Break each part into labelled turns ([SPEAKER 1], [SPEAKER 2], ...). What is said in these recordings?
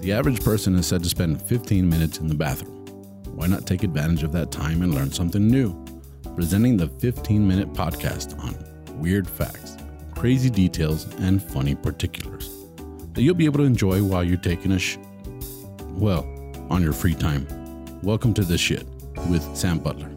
[SPEAKER 1] The average person is said to spend 15 minutes in the bathroom. Why not take advantage of that time and learn something new? Presenting the 15 minute podcast on weird facts, crazy details, and funny particulars that you'll be able to enjoy while you're taking a sh. Well, on your free time. Welcome to The Shit with Sam Butler.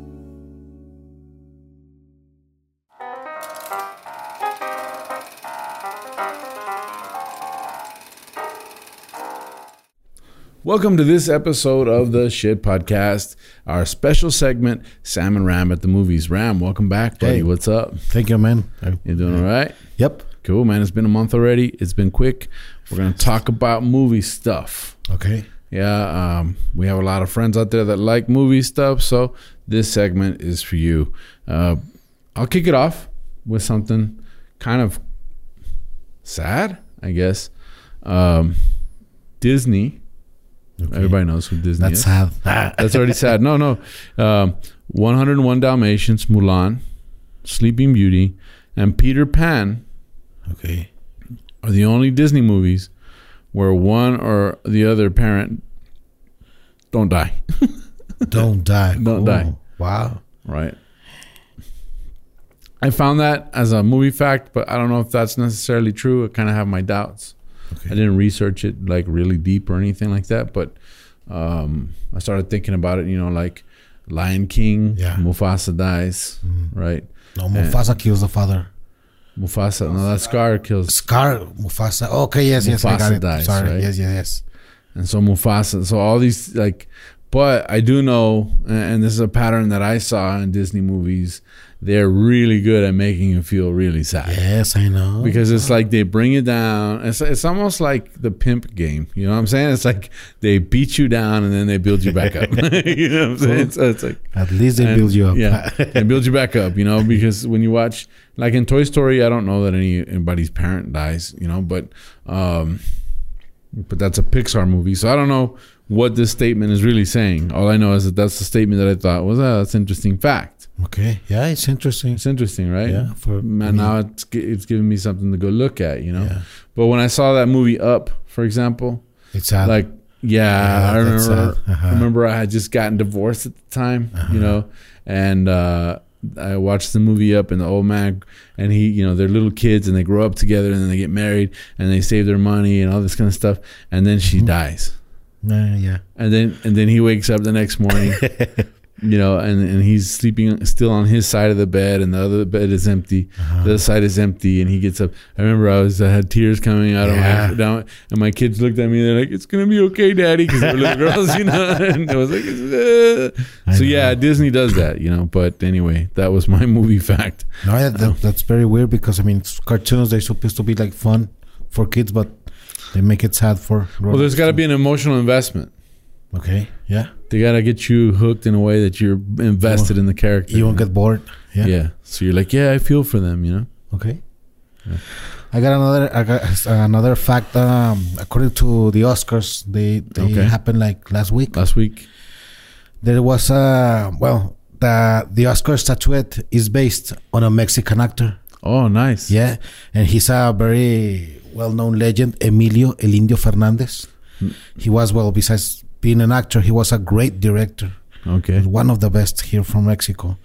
[SPEAKER 1] Welcome to this episode of the Shit Podcast, our special segment, Sam and Ram at the movies. Ram, welcome back, buddy.
[SPEAKER 2] Hey.
[SPEAKER 1] What's up?
[SPEAKER 2] Thank you, man. I-
[SPEAKER 1] You doing all right?
[SPEAKER 2] yep.
[SPEAKER 1] Cool, man. It's been a month already. It's been quick. We're going to talk about movie stuff.
[SPEAKER 2] Okay.
[SPEAKER 1] Yeah, um, we have a lot of friends out there that like movie stuff, so this segment is for you. Uh, I'll kick it off with something kind of sad, I guess. Um, Disney. Everybody knows who Disney
[SPEAKER 2] That's
[SPEAKER 1] is.
[SPEAKER 2] sad. Ah.
[SPEAKER 1] That's already sad. No, no. Um, 101 Dalmatians, Mulan, Sleeping Beauty, and Peter Pan
[SPEAKER 2] Okay.
[SPEAKER 1] are the only Disney movies where one or the other parent don't die.
[SPEAKER 2] Don't die.
[SPEAKER 1] Don't die.
[SPEAKER 2] Wow.
[SPEAKER 1] Right. I found that as a movie fact, but I don't know if that's necessarily true. I kind of have my doubts.
[SPEAKER 2] Okay.
[SPEAKER 1] I didn't research it like really deep or anything like that, but um, I started thinking about it. You know, like Lion King,
[SPEAKER 2] Yeah. Mm-hmm.
[SPEAKER 1] Mufasa dies, right?
[SPEAKER 2] No, Mufasa kills the father.
[SPEAKER 1] Mufasa, no, that Scar kills,
[SPEAKER 2] Scar, Mufasa. Okay, yes, yes, I got
[SPEAKER 1] Mufasa
[SPEAKER 2] it.
[SPEAKER 1] dies,
[SPEAKER 2] Sorry.
[SPEAKER 1] right?
[SPEAKER 2] Yes, yes, yes.
[SPEAKER 1] and so Mufasa. So all these like, but I do know, and- and this is a pattern that I saw in Disney movies. They're really good at making you feel really sad.
[SPEAKER 2] Yes, I know.
[SPEAKER 1] because it's like they bring it down. It's it's almost like the pimp game. You know what I'm saying? It's like they beat you down and then they build you back up. you know what I'm saying? So it's like
[SPEAKER 2] At least they
[SPEAKER 1] and-
[SPEAKER 2] build you up.
[SPEAKER 1] Yeah, they build you back up. You know, because when you watch like in Toy Story, I don't know that any anybody's parent dies. You know, but um, but that's a Pixar movie, so I don't know what this statement is really saying. All I know is that that's the statement that I thought was ah, that's an interesting fact.
[SPEAKER 2] Ah, okay. Yeah, it's interesting.
[SPEAKER 1] It's interesting, right?
[SPEAKER 2] Yeah. For
[SPEAKER 1] Man, now it's gi- it's giving me something to go look at, you know.
[SPEAKER 2] Yeah.
[SPEAKER 1] But when I saw that movie Up, for example,
[SPEAKER 2] It's sad.
[SPEAKER 1] like yeah,
[SPEAKER 2] Yeah,
[SPEAKER 1] I
[SPEAKER 2] that's
[SPEAKER 1] remember.
[SPEAKER 2] sad. Uh-huh.
[SPEAKER 1] I remember I had just gotten divorced at the time, you know, and uh, I watched the movie Up, and the old man and he, you know, they're little kids and they grow up together, and then they get married and they save their money and all this kind of stuff, and then she dies
[SPEAKER 2] yeah, yeah.
[SPEAKER 1] and then and then he wakes up the next morning you know and, and he's sleeping still on his side of the bed and the other bed is empty the
[SPEAKER 2] Uh-huh.
[SPEAKER 1] other side is empty and he gets up i remember i was i had tears coming out
[SPEAKER 2] Yeah.
[SPEAKER 1] of my down and my kids looked at me they're like it's gonna be okay daddy because they're little girls you know and i was like "It's, uh."
[SPEAKER 2] I
[SPEAKER 1] so
[SPEAKER 2] know.
[SPEAKER 1] yeah disney does that you know but anyway that was my movie fact
[SPEAKER 2] No, that,
[SPEAKER 1] Oh.
[SPEAKER 2] that, that's very weird because I mean, it's cartoons they're supposed to be like fun for kids, but they make it sad for.
[SPEAKER 1] well there's got to be an emotional investment
[SPEAKER 2] Okay. Yeah.
[SPEAKER 1] they gotta get you hooked in a way that you're invested in the character
[SPEAKER 2] You won't get bored.
[SPEAKER 1] yeah.
[SPEAKER 2] Yeah.
[SPEAKER 1] so you're like yeah i feel for them you know
[SPEAKER 2] Okay. I got another. I got uh, another fact. Um, according to the Oscars, they they
[SPEAKER 1] Okay.
[SPEAKER 2] happened like last week.
[SPEAKER 1] last week
[SPEAKER 2] There was a well, the the Oscar statuette is based on a Mexican actor.
[SPEAKER 1] Oh, nice.
[SPEAKER 2] Yeah, and he's a very well-known legend, Emilio El Indio Fernandez. He was well, besides being an actor, he was a great director.
[SPEAKER 1] Okay.
[SPEAKER 2] one of the best here from Mexico.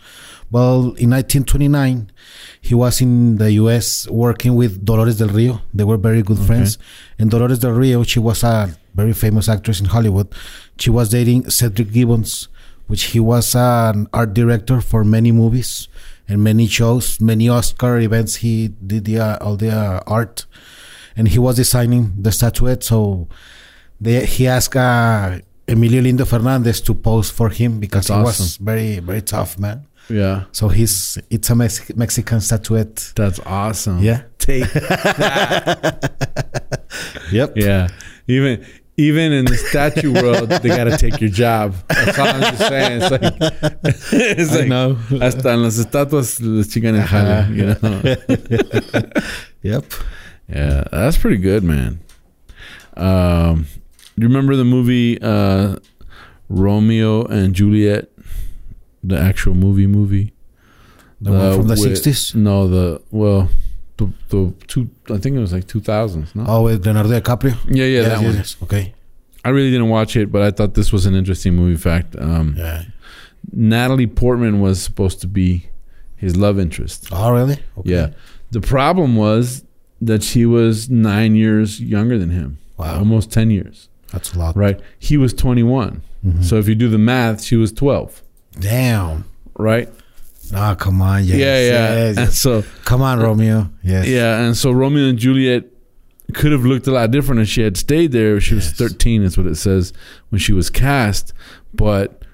[SPEAKER 2] Well, in 1929, he was in the U.S. working with Dolores del Rio. They were very good friends. And Dolores del Rio, she was a very famous actress in Hollywood. She was dating Cedric Gibbons, which he was an art director for many movies and many shows, many Oscar events. He did the uh, all the uh, art, and he was designing the statuette. So they, he asked uh, Emilio Lindo Fernandez to pose for him because
[SPEAKER 1] That's
[SPEAKER 2] he was
[SPEAKER 1] awesome.
[SPEAKER 2] very very tough man.
[SPEAKER 1] Yeah.
[SPEAKER 2] So he's it's a Mex- Mexican statuette.
[SPEAKER 1] That's awesome.
[SPEAKER 2] Yeah.
[SPEAKER 1] Take.
[SPEAKER 2] Yep.
[SPEAKER 1] yeah. Even even in the statue world, they gotta take your job. That's all I'm just saying. It's like it's like
[SPEAKER 2] know.
[SPEAKER 1] hasta en las estatuas les chingan el jale, you know.
[SPEAKER 2] Yep.
[SPEAKER 1] yeah, that's pretty good, man. Um, do you remember the movie uh, Romeo and Juliet? The actual movie movie. Uh,
[SPEAKER 2] The one from the
[SPEAKER 1] with-
[SPEAKER 2] 60s?
[SPEAKER 1] No, the well, the, the two. I think it was like two thousands. No.
[SPEAKER 2] Oh, with Leonardo DiCaprio.
[SPEAKER 1] Yeah, yeah, that
[SPEAKER 2] yes,
[SPEAKER 1] one.
[SPEAKER 2] yes. Okay.
[SPEAKER 1] I really didn't watch it, but I thought this was an interesting movie fact. Um,
[SPEAKER 2] Yeah.
[SPEAKER 1] Natalie Portman was supposed to be his love interest.
[SPEAKER 2] Oh, really? Okay.
[SPEAKER 1] Yeah. The problem was that she was nine years younger than him.
[SPEAKER 2] Wow.
[SPEAKER 1] Almost 10 years.
[SPEAKER 2] That's a lot.
[SPEAKER 1] Um, Right. He was 21.
[SPEAKER 2] Mm-hmm.
[SPEAKER 1] So if you do the math, she was 12.
[SPEAKER 2] Damn.
[SPEAKER 1] Right.
[SPEAKER 2] Ah, come on. Yes,
[SPEAKER 1] yeah. Yeah.
[SPEAKER 2] yes,
[SPEAKER 1] And
[SPEAKER 2] yes.
[SPEAKER 1] so,
[SPEAKER 2] Come on, Romeo. Yes.
[SPEAKER 1] yeah. And so Romeo and Juliet could have looked a lot different if she had stayed there. She
[SPEAKER 2] Yes.
[SPEAKER 1] was 13, is what it says when she was cast. But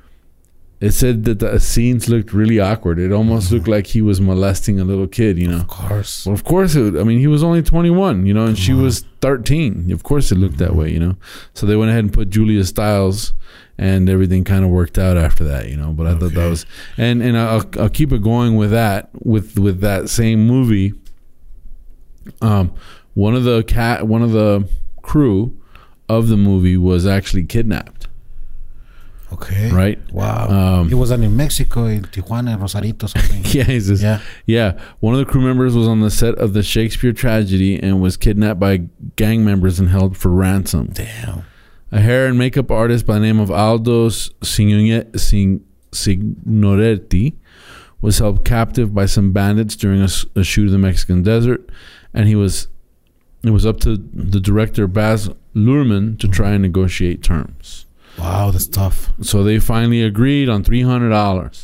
[SPEAKER 1] it said that the scenes looked really awkward. It almost
[SPEAKER 2] Mm-hmm.
[SPEAKER 1] looked like he was molesting a little kid, you know?
[SPEAKER 2] Of course.
[SPEAKER 1] Well, of course it. would- I mean, he was only 21, you know, and she was 13. Of course it looked that way, you know. So they went ahead and put Julia Stiles, and everything kind of worked out after that, you know. But I thought that
[SPEAKER 2] Okay.
[SPEAKER 1] was, and and I'll I'll keep it going with that with with that same movie. Um, one of the cat, one of the crew of the movie was actually kidnapped,
[SPEAKER 2] Okay.
[SPEAKER 1] right?
[SPEAKER 2] Wow.
[SPEAKER 1] Um,
[SPEAKER 2] it was in Mexico, in Tijuana, Rosarito, something.
[SPEAKER 1] Yeah, he's just,
[SPEAKER 2] yeah.
[SPEAKER 1] Yeah, one of the crew members was on the set of the Shakespeare tragedy and was kidnapped by gang members and held for ransom.
[SPEAKER 2] Damn.
[SPEAKER 1] A hair and makeup artist by the name of Aldo Signoret- Sig- Signoretti was held captive by some bandits during a, s- a shoot in the Mexican desert, and he was. It was up to the director Baz Luhrmann to try and negotiate terms.
[SPEAKER 2] Wow, that's tough.
[SPEAKER 1] So they finally agreed on three hundred dollars,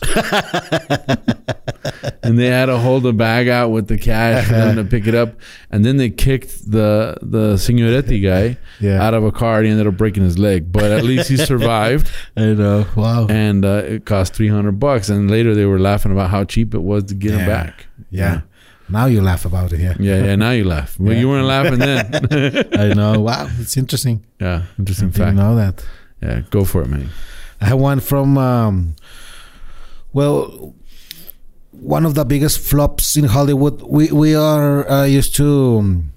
[SPEAKER 1] and they had to hold the bag out with the cash for them to pick it up. And then they kicked the the Signoretti guy
[SPEAKER 2] Yeah.
[SPEAKER 1] out of a car. and He ended up breaking his leg, but at least he survived.
[SPEAKER 2] I know. Wow.
[SPEAKER 1] And uh, it cost three hundred bucks. And later they were laughing about how cheap it was to get
[SPEAKER 2] Yeah.
[SPEAKER 1] him back.
[SPEAKER 2] yeah. Now you laugh about it. Yeah.
[SPEAKER 1] Yeah, yeah. Now you laugh. Well, you weren't laughing then.
[SPEAKER 2] I know. Wow, it's interesting.
[SPEAKER 1] yeah, interesting
[SPEAKER 2] Didn't
[SPEAKER 1] fact.
[SPEAKER 2] know that.
[SPEAKER 1] Yeah, go for it, man.
[SPEAKER 2] I have one from, um, well, one of the biggest flops in Hollywood. We we are uh, used to um,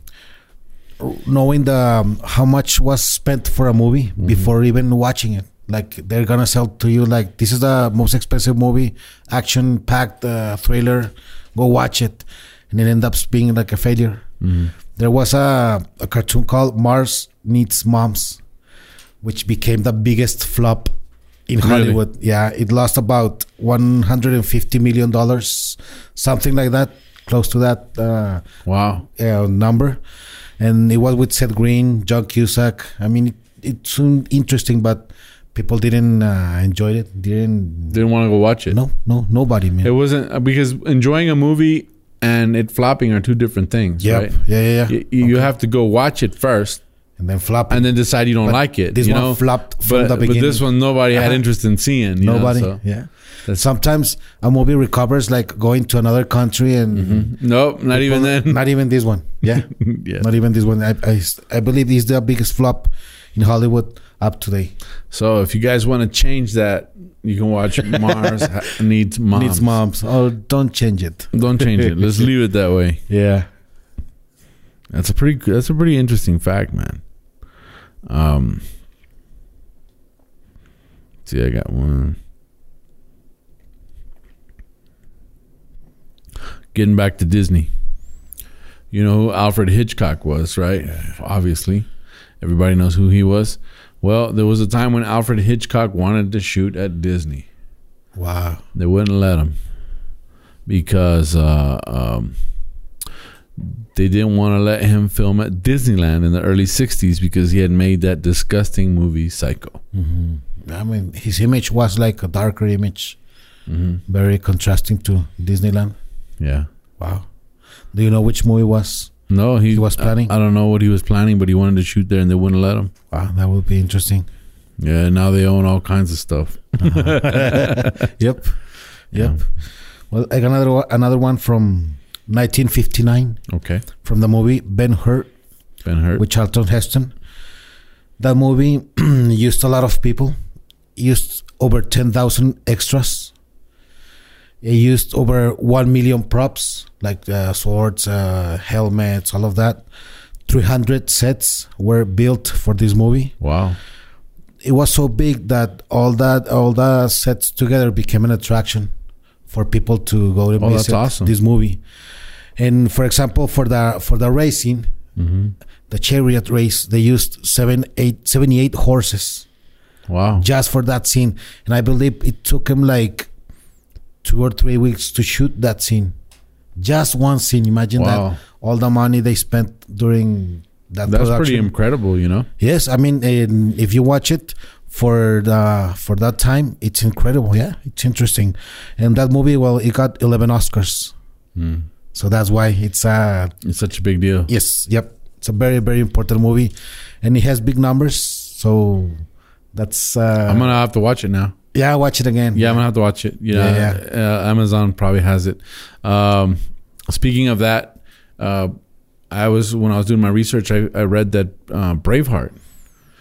[SPEAKER 2] knowing the um, how much was spent for a movie before even watching it. Like they're gonna sell to you like this is the most expensive movie, action packed uh, thriller. Go watch it, and it ends up being like a failure. There was a, a cartoon called Mars Needs Moms, which became the biggest flop in
[SPEAKER 1] Really?
[SPEAKER 2] Hollywood. Yeah, it lost about 150 million dollars, something like that, close to that uh,
[SPEAKER 1] Wow.
[SPEAKER 2] uh, number. And it was with Seth Green, John Cusack. I mean, it, it seemed interesting, but people didn't uh, enjoy it. Didn't
[SPEAKER 1] Didn't want to go watch it.
[SPEAKER 2] no, no, nobody, man.
[SPEAKER 1] It wasn't uh, because enjoying a movie and it flopping are two different things,
[SPEAKER 2] Yep.
[SPEAKER 1] right?
[SPEAKER 2] Yeah, yeah, yeah.
[SPEAKER 1] You, you have to go watch it first
[SPEAKER 2] And then flop.
[SPEAKER 1] and then decide you don't
[SPEAKER 2] But
[SPEAKER 1] like it.
[SPEAKER 2] this
[SPEAKER 1] you
[SPEAKER 2] one
[SPEAKER 1] know?
[SPEAKER 2] flopped from
[SPEAKER 1] but,
[SPEAKER 2] the
[SPEAKER 1] but
[SPEAKER 2] beginning.
[SPEAKER 1] this one nobody had
[SPEAKER 2] Uh-huh.
[SPEAKER 1] interest in seeing. you know,
[SPEAKER 2] nobody.
[SPEAKER 1] so-
[SPEAKER 2] yeah.
[SPEAKER 1] That's-
[SPEAKER 2] Sometimes a movie recovers like going to another country and
[SPEAKER 1] Nope, Mm-hmm. not even then.
[SPEAKER 2] not even this one. Yeah.
[SPEAKER 1] yeah.
[SPEAKER 2] Not even this one. I, I, I believe is the biggest flop in Hollywood up today.
[SPEAKER 1] So if you guys want to change that, you can watch Mars Ha- Needs Moms.
[SPEAKER 2] Needs moms. Oh, don't change it.
[SPEAKER 1] Don't change it. Let's leave it that way.
[SPEAKER 2] Yeah.
[SPEAKER 1] That's a pretty good- that's a pretty interesting fact, man. Um See, I got one. Getting back to Disney. You know who Alfred Hitchcock was, right? Obviously. Everybody knows who he was. Well, there was a time when Alfred Hitchcock wanted to shoot at Disney.
[SPEAKER 2] Wow.
[SPEAKER 1] They wouldn't let him because uh, um, they didn't want to let him film at Disneyland in the early '60s because he had made that disgusting movie Psycho.
[SPEAKER 2] Mm-hmm. I mean, his image was like a darker image, very contrasting to Disneyland.
[SPEAKER 1] Mm-hmm. Yeah.
[SPEAKER 2] Wow. Do you know which movie was?
[SPEAKER 1] No, he,
[SPEAKER 2] He was planning?
[SPEAKER 1] I, I don't know what he was planning, but he wanted to shoot there, and they wouldn't let him.
[SPEAKER 2] Wow, that would be interesting.
[SPEAKER 1] Yeah. Now they own all kinds of stuff.
[SPEAKER 2] Yep.
[SPEAKER 1] Yeah.
[SPEAKER 2] Yep. Well, I got another one- another one from 1959
[SPEAKER 1] Okay.
[SPEAKER 2] from the movie Ben Hur
[SPEAKER 1] Ben Hurt.
[SPEAKER 2] with Charlton Heston. That movie used a lot of people, used over 10,000 extras. It used over 1 million props, like uh, swords, uh, helmets, all of that. 300 sets were built for this movie.
[SPEAKER 1] wow.
[SPEAKER 2] It was so big that all that all the sets together became an attraction for people to go to
[SPEAKER 1] Oh, that's
[SPEAKER 2] visit
[SPEAKER 1] awesome.
[SPEAKER 2] this movie. And for example, for the for the racing,
[SPEAKER 1] Mm-hmm.
[SPEAKER 2] the chariot race, they used seven, eight, 78 horses
[SPEAKER 1] Wow.
[SPEAKER 2] just for that scene. And I believe it took him like two or three weeks to shoot that scene. Just one scene. Imagine
[SPEAKER 1] Wow.
[SPEAKER 2] that. All the money they spent during that
[SPEAKER 1] That's
[SPEAKER 2] production.
[SPEAKER 1] pretty incredible, you know?
[SPEAKER 2] Yes, I mean, and if you watch it for the for that time, it's incredible. Yeah, it's interesting, and that movie, well, it got eleven Oscars,
[SPEAKER 1] Hmm.
[SPEAKER 2] so that's why it's a
[SPEAKER 1] It's such a big deal.
[SPEAKER 2] yes, yep, it's a very very important movie, and it has big numbers, so that's uh,
[SPEAKER 1] I'm going to have to watch it now.
[SPEAKER 2] yeah, watch it again.
[SPEAKER 1] Yeah, I'm gonna have to watch it. Yeah,
[SPEAKER 2] Yeah,
[SPEAKER 1] Uh, Amazon probably has it. Um, speaking of that, uh, I was when I was doing my research, I, I read that uh, Braveheart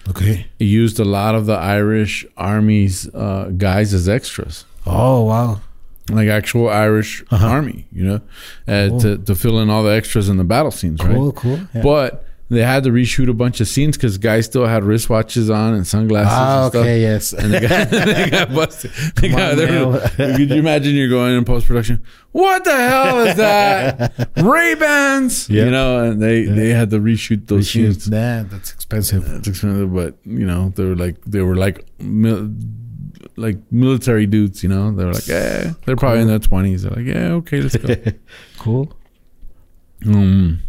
[SPEAKER 2] okay.
[SPEAKER 1] used a lot of the Irish Army's uh, guys as extras,
[SPEAKER 2] Oh wow,
[SPEAKER 1] like actual Irish
[SPEAKER 2] Uh-huh.
[SPEAKER 1] Army, you know, uh,
[SPEAKER 2] Cool.
[SPEAKER 1] to to fill in all the extras in the battle scenes, right?
[SPEAKER 2] cool, cool. Yeah.
[SPEAKER 1] But they had to reshoot a bunch of scenes because guys still had wristwatches on and sunglasses.
[SPEAKER 2] ah,
[SPEAKER 1] and stuff.
[SPEAKER 2] okay, yes.
[SPEAKER 1] And they got, they got busted. They
[SPEAKER 2] Come
[SPEAKER 1] got,
[SPEAKER 2] on,
[SPEAKER 1] they were- could you imagine you're going in post production? What the hell is that? Ray Bans!
[SPEAKER 2] Yeah.
[SPEAKER 1] You know, and they, they had to reshoot those
[SPEAKER 2] Shoot,
[SPEAKER 1] scenes.
[SPEAKER 2] nah, that's expensive.
[SPEAKER 1] It's expensive, but you know they were like they were like mil- like military dudes. You know they were like eh. They're probably in their twenties. They're like yeah okay let's go.
[SPEAKER 2] Cool.
[SPEAKER 1] Um,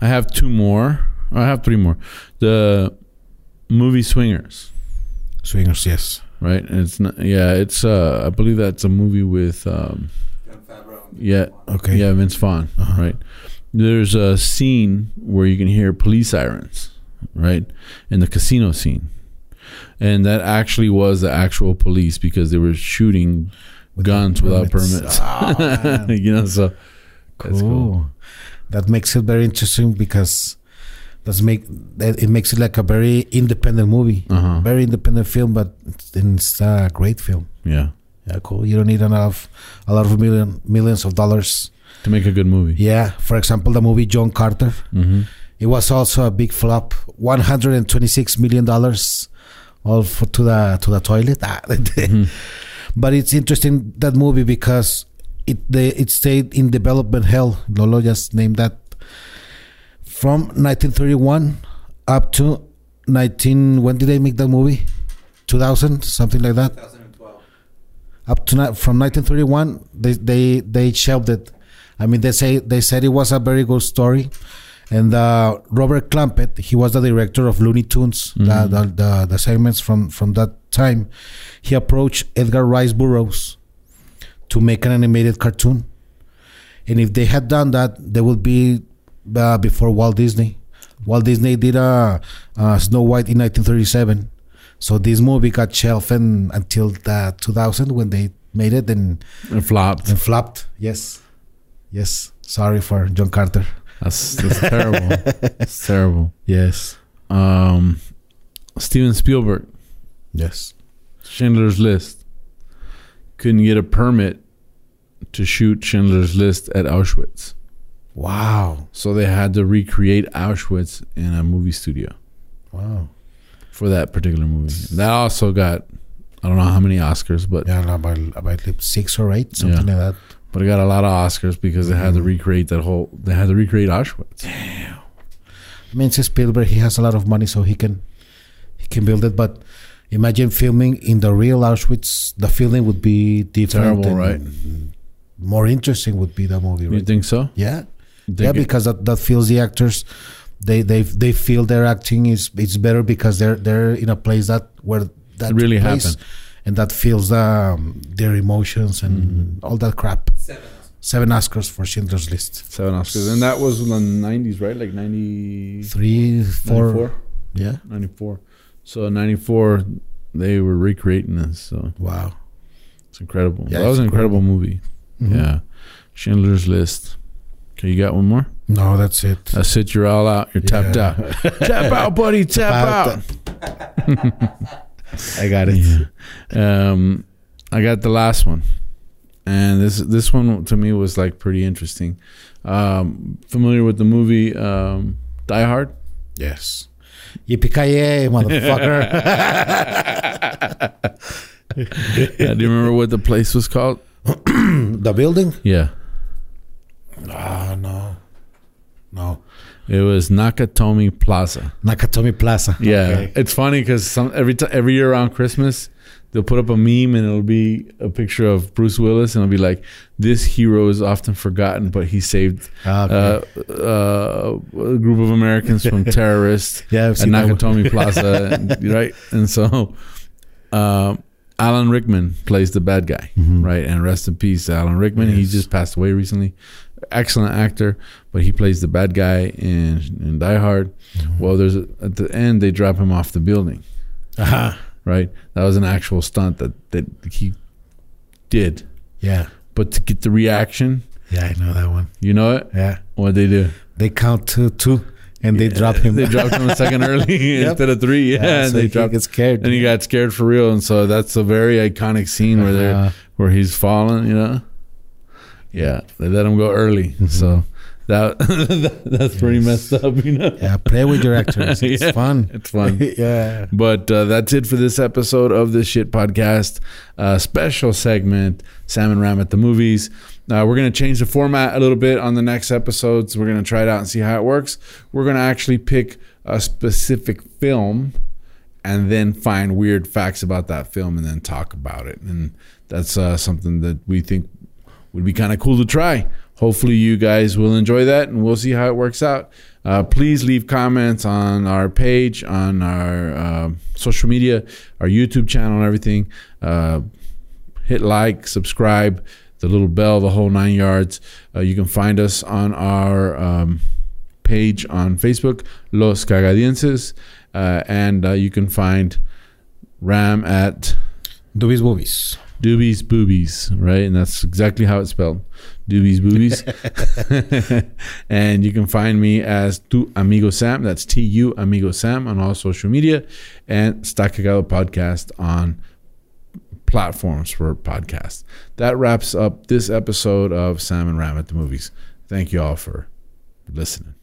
[SPEAKER 1] I have two more. I have three more. The movie Swingers.
[SPEAKER 2] Swingers, yes.
[SPEAKER 1] right? And it's not, yeah, it's uh, I believe that's a movie with um, yeah,
[SPEAKER 2] Okay. Uh-huh.
[SPEAKER 1] yeah, Vince Vaughn, right? There's a scene where you can hear police sirens, right, in the casino scene, and that actually was the actual police because they were shooting guns without permits.
[SPEAKER 2] Oh, man.
[SPEAKER 1] you know, so
[SPEAKER 2] Cool. That makes it very interesting because that's make that it makes it like a very independent movie,
[SPEAKER 1] Uh huh.
[SPEAKER 2] very independent film, but it's- it's a great film.
[SPEAKER 1] Yeah,
[SPEAKER 2] Yeah, cool. You don't need a lot of a lot of million millions of dollars.
[SPEAKER 1] to make a good movie.
[SPEAKER 2] Yeah. For example, the movie John Carter.
[SPEAKER 1] Mm-hmm.
[SPEAKER 2] It was also a big flop. One hundred and twenty-six million dollars, all for, to the to the toilet. Ah, but it's interesting that movie because it they, it stayed in development hell. Lolo just named that from 1931 up to 19. When did they make that movie? 2000, something like that. 2012. Up to ni- from 1931, they they they shelved it. I mean, they say they said it was a very good story, and uh, Robert Clampett, he was the director of Looney Tunes, the, the, the the segments from from that time. He approached Edgar Rice Burroughs to make an animated cartoon, and if they had done that, they would be uh, before Walt Disney. Walt Disney did uh, uh, Snow White in 1937, so this movie got shelved and, until the 2000 when they made it and,
[SPEAKER 1] It flopped.
[SPEAKER 2] and flopped. Yes, yes. Sorry for John Carter.
[SPEAKER 1] That's, that's terrible. That's terrible.
[SPEAKER 2] Yes.
[SPEAKER 1] Um, Steven Spielberg.
[SPEAKER 2] Yes.
[SPEAKER 1] Schindler's List. Couldn't get a permit to shoot Schindler's List at Auschwitz.
[SPEAKER 2] Wow.
[SPEAKER 1] So they had to recreate Auschwitz in a movie studio
[SPEAKER 2] Wow.
[SPEAKER 1] for that particular movie. That also got I don't know how many Oscars, but
[SPEAKER 2] Yeah, about about like six or eight, something like that.
[SPEAKER 1] but it got a lot of Oscars because they had to recreate that whole they had to recreate Auschwitz.
[SPEAKER 2] I mean, it's Spielberg. He has a lot of money, so he can he can build it. But imagine filming in the real Auschwitz. The feeling would be different.
[SPEAKER 1] Terrible,
[SPEAKER 2] and
[SPEAKER 1] right?
[SPEAKER 2] More interesting would be the movie,
[SPEAKER 1] You
[SPEAKER 2] right?
[SPEAKER 1] think so?
[SPEAKER 2] Yeah,
[SPEAKER 1] Think
[SPEAKER 2] yeah,
[SPEAKER 1] it-
[SPEAKER 2] because that, that feels the actors. They they they feel their acting is it's better because they're they're in a place that where that
[SPEAKER 1] It really
[SPEAKER 2] place,
[SPEAKER 1] happened.
[SPEAKER 2] and that feels um, their emotions and
[SPEAKER 1] Mm-hmm.
[SPEAKER 2] all that crap. Seven Oscars for Schindler's List.
[SPEAKER 1] seven Oscars, and that was in the nineties, right? Like 90,
[SPEAKER 2] Three, four,
[SPEAKER 1] 94?
[SPEAKER 2] yeah.
[SPEAKER 1] 94. So in ninety four, they were recreating this. So
[SPEAKER 2] Wow.
[SPEAKER 1] It's incredible.
[SPEAKER 2] Yeah,
[SPEAKER 1] that was
[SPEAKER 2] it's
[SPEAKER 1] an incredible movie.
[SPEAKER 2] Mhm.
[SPEAKER 1] Yeah. Schindler's List. Okay, you got one more?
[SPEAKER 2] No, that's it.
[SPEAKER 1] That's it. You're all out. You're tapped
[SPEAKER 2] Yeah.
[SPEAKER 1] out. tap out, buddy. Tap
[SPEAKER 2] out.
[SPEAKER 1] out.
[SPEAKER 2] I got it.
[SPEAKER 1] Yeah. Um, I got the last one, and this this one to me was like pretty interesting. Um, familiar with the movie um, Die Hard?
[SPEAKER 2] Yes. Yippee motherfucker.
[SPEAKER 1] Yeah, do you remember what the place was called?
[SPEAKER 2] the building?
[SPEAKER 1] Yeah.
[SPEAKER 2] Ah, No, no. No.
[SPEAKER 1] It was Nakatomi Plaza.
[SPEAKER 2] Nakatomi Plaza.
[SPEAKER 1] Yeah,
[SPEAKER 2] Okay.
[SPEAKER 1] it's funny because every t- every year around Christmas, they'll put up a meme and it'll be a picture of Bruce Willis and it'll be like, "This hero is often forgotten, but he saved
[SPEAKER 2] Okay.
[SPEAKER 1] uh, uh, a group of Americans from terrorists
[SPEAKER 2] yeah, I've
[SPEAKER 1] at
[SPEAKER 2] seen that one.
[SPEAKER 1] Nakatomi Plaza, and, right?" And so, uh, Alan Rickman plays the bad guy,
[SPEAKER 2] Mhm.
[SPEAKER 1] right? And rest in peace, to Alan Rickman. He
[SPEAKER 2] Yes.
[SPEAKER 1] just passed away recently. Excellent actor, but he plays the bad guy in, in Die Hard.
[SPEAKER 2] Mm-hmm.
[SPEAKER 1] Well, there's a, at the end they drop him off the building,
[SPEAKER 2] Uh-huh.
[SPEAKER 1] right? That was an actual stunt that that he did,
[SPEAKER 2] Yeah.
[SPEAKER 1] but to get the reaction,
[SPEAKER 2] Yeah, I know that one.
[SPEAKER 1] you know it.
[SPEAKER 2] Yeah.
[SPEAKER 1] What they do?
[SPEAKER 2] They count to two and they
[SPEAKER 1] Yeah,
[SPEAKER 2] drop him.
[SPEAKER 1] They dropped him a second early
[SPEAKER 2] Yep.
[SPEAKER 1] instead of three. Yeah, and
[SPEAKER 2] so
[SPEAKER 1] they
[SPEAKER 2] he
[SPEAKER 1] dropped.
[SPEAKER 2] gets scared.
[SPEAKER 1] And he got scared for real, and so that's a very iconic scene where they're
[SPEAKER 2] Uh,
[SPEAKER 1] where he's falling, you know. Yeah, they let him go early, so that, that- that's pretty
[SPEAKER 2] Yes.
[SPEAKER 1] messed up, you know.
[SPEAKER 2] yeah, play with your actors. It's
[SPEAKER 1] Yeah.
[SPEAKER 2] fun.
[SPEAKER 1] It's fun.
[SPEAKER 2] yeah.
[SPEAKER 1] But uh, that's it for this episode of the Shit Podcast uh, special segment, Sam and Ram at the Movies. Uh, we're going to change the format a little bit on the next episodes. We're going to try it out and see how it works. We're going to actually pick a specific film and then find weird facts about that film and then talk about it. And that's uh, something that we think would be kind of cool to try. Hopefully, you guys will enjoy that, and we'll see how it works out. Uh, please leave comments on our page, on our uh, social media, our YouTube channel, and everything. Uh, hit like, subscribe, the little bell, the whole nine yards. Uh, you can find us on our um, page on Facebook, Los Cagadienses, uh, and uh, you can find Ram at
[SPEAKER 2] Doobies Boobies.
[SPEAKER 1] Doobies Boobies, right? And that's exactly how it's spelled. Doobies Boobies. and you can find me as Tu Amigo Sam. That's T U Amigo Sam on all social media and Stakagado Podcast on platforms for podcasts. That wraps up this episode of Sam and Ram at the Movies. Thank you all for listening.